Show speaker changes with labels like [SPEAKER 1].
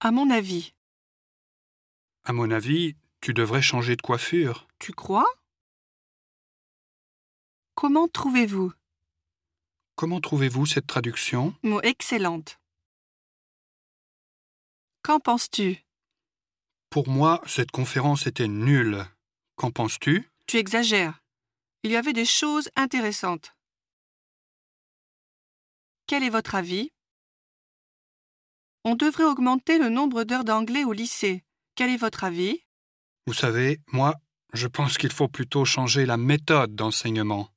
[SPEAKER 1] À mon avis,
[SPEAKER 2] À mon avis, tu devrais changer de coiffure.
[SPEAKER 1] tu crois Comment trouvez-vous
[SPEAKER 2] Comment trouvez-vous cette traduction
[SPEAKER 1] Mot excellente. Qu'en penses-tu
[SPEAKER 2] Pour moi, cette conférence était nulle. Qu'en penses-tu
[SPEAKER 1] Tu exagères. Il y avait des choses intéressantes. Quel est votre avis On devrait augmenter le nombre d'heures d'anglais au lycée. Quel est votre avis
[SPEAKER 2] Vous savez, moi, je pense qu'il faut plutôt changer la méthode d'enseignement.